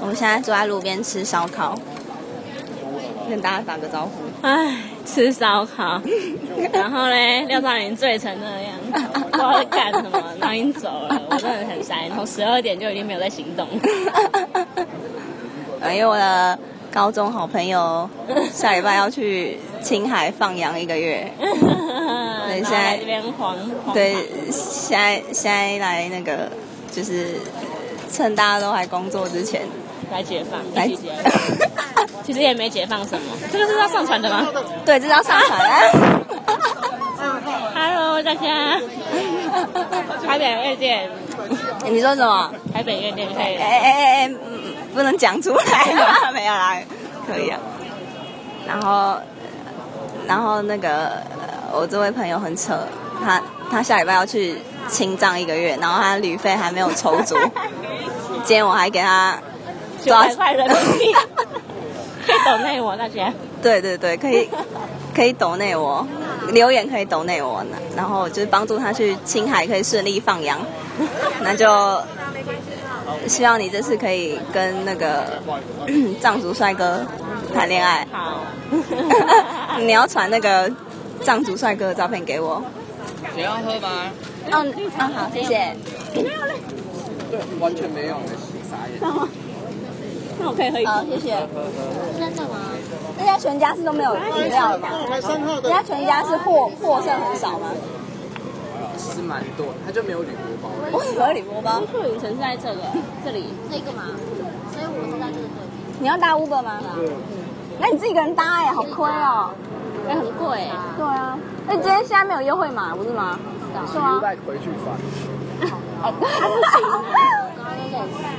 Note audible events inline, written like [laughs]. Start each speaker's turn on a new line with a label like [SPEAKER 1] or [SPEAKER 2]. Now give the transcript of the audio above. [SPEAKER 1] 我们现在坐在路边吃烧烤，跟大家打个招呼。
[SPEAKER 2] 唉，吃烧烤，然后嘞，廖兆林醉成那样，不知道在干什么，然后已经走了，我真的很傻眼，从十二点就已经没有在行动。
[SPEAKER 1] 呃，因为我的高中好朋
[SPEAKER 2] [laughs]
[SPEAKER 1] 友下礼拜要去青海放羊一个月，
[SPEAKER 2] 对
[SPEAKER 1] 现在
[SPEAKER 2] 这边慌，慌
[SPEAKER 1] 对
[SPEAKER 2] 忙，
[SPEAKER 1] 现在现在来那个就是趁大家都还工作之前
[SPEAKER 2] 来解放，
[SPEAKER 1] 来
[SPEAKER 2] 一起解放。其实也没解放什么，这个是要上传的吗
[SPEAKER 1] [laughs] 对，这是要上传
[SPEAKER 2] [laughs]
[SPEAKER 1] 啊。
[SPEAKER 2] ？Hello，大家，台北夜店，
[SPEAKER 1] 你说什么？
[SPEAKER 2] 台北夜店可
[SPEAKER 1] 哎
[SPEAKER 2] 以
[SPEAKER 1] 哎哎哎，嗯不能讲出来， [laughs] 没有啦，可以啊。然后，然后那个呃我这位朋友很扯，他他下礼拜要去青藏一个月，然后他旅费还没有筹足，今天我还给他
[SPEAKER 2] 九百块人民币，可以抖内我大家。。
[SPEAKER 1] 对对对， [laughs] 可以可以抖内我，留言可以抖内我，然后就是帮助他去青海可以顺利放羊，那 [laughs] 就希望你这次可以跟那个 [coughs] 藏族帅哥谈恋爱 [laughs]
[SPEAKER 2] 好，
[SPEAKER 1] 你要传那个藏族帅哥的照片给我。
[SPEAKER 3] 你要喝吗？
[SPEAKER 1] 嗯嗯，好，谢谢。
[SPEAKER 3] 对，完全没有。
[SPEAKER 2] 那我可以喝一口。
[SPEAKER 1] 好，哦谢谢。那家全家是都没有饮料的吗？人家全家是货货剩很少吗？
[SPEAKER 3] 是蛮多，他就没有铝箔包。
[SPEAKER 1] 我以为李波包。
[SPEAKER 2] 酷影城是在这个这里，
[SPEAKER 4] 这个嘛，所以我是在这个对比。
[SPEAKER 1] 你要搭 Uber 吗？那你自己一个人搭哎、好亏哦、
[SPEAKER 2] 哎、很贵、
[SPEAKER 1] 对啊，那今天现在没有优惠码，不是吗？是吗？
[SPEAKER 3] 再回去吧。
[SPEAKER 1] 哦不行、 [laughs]
[SPEAKER 4] 刚刚类似，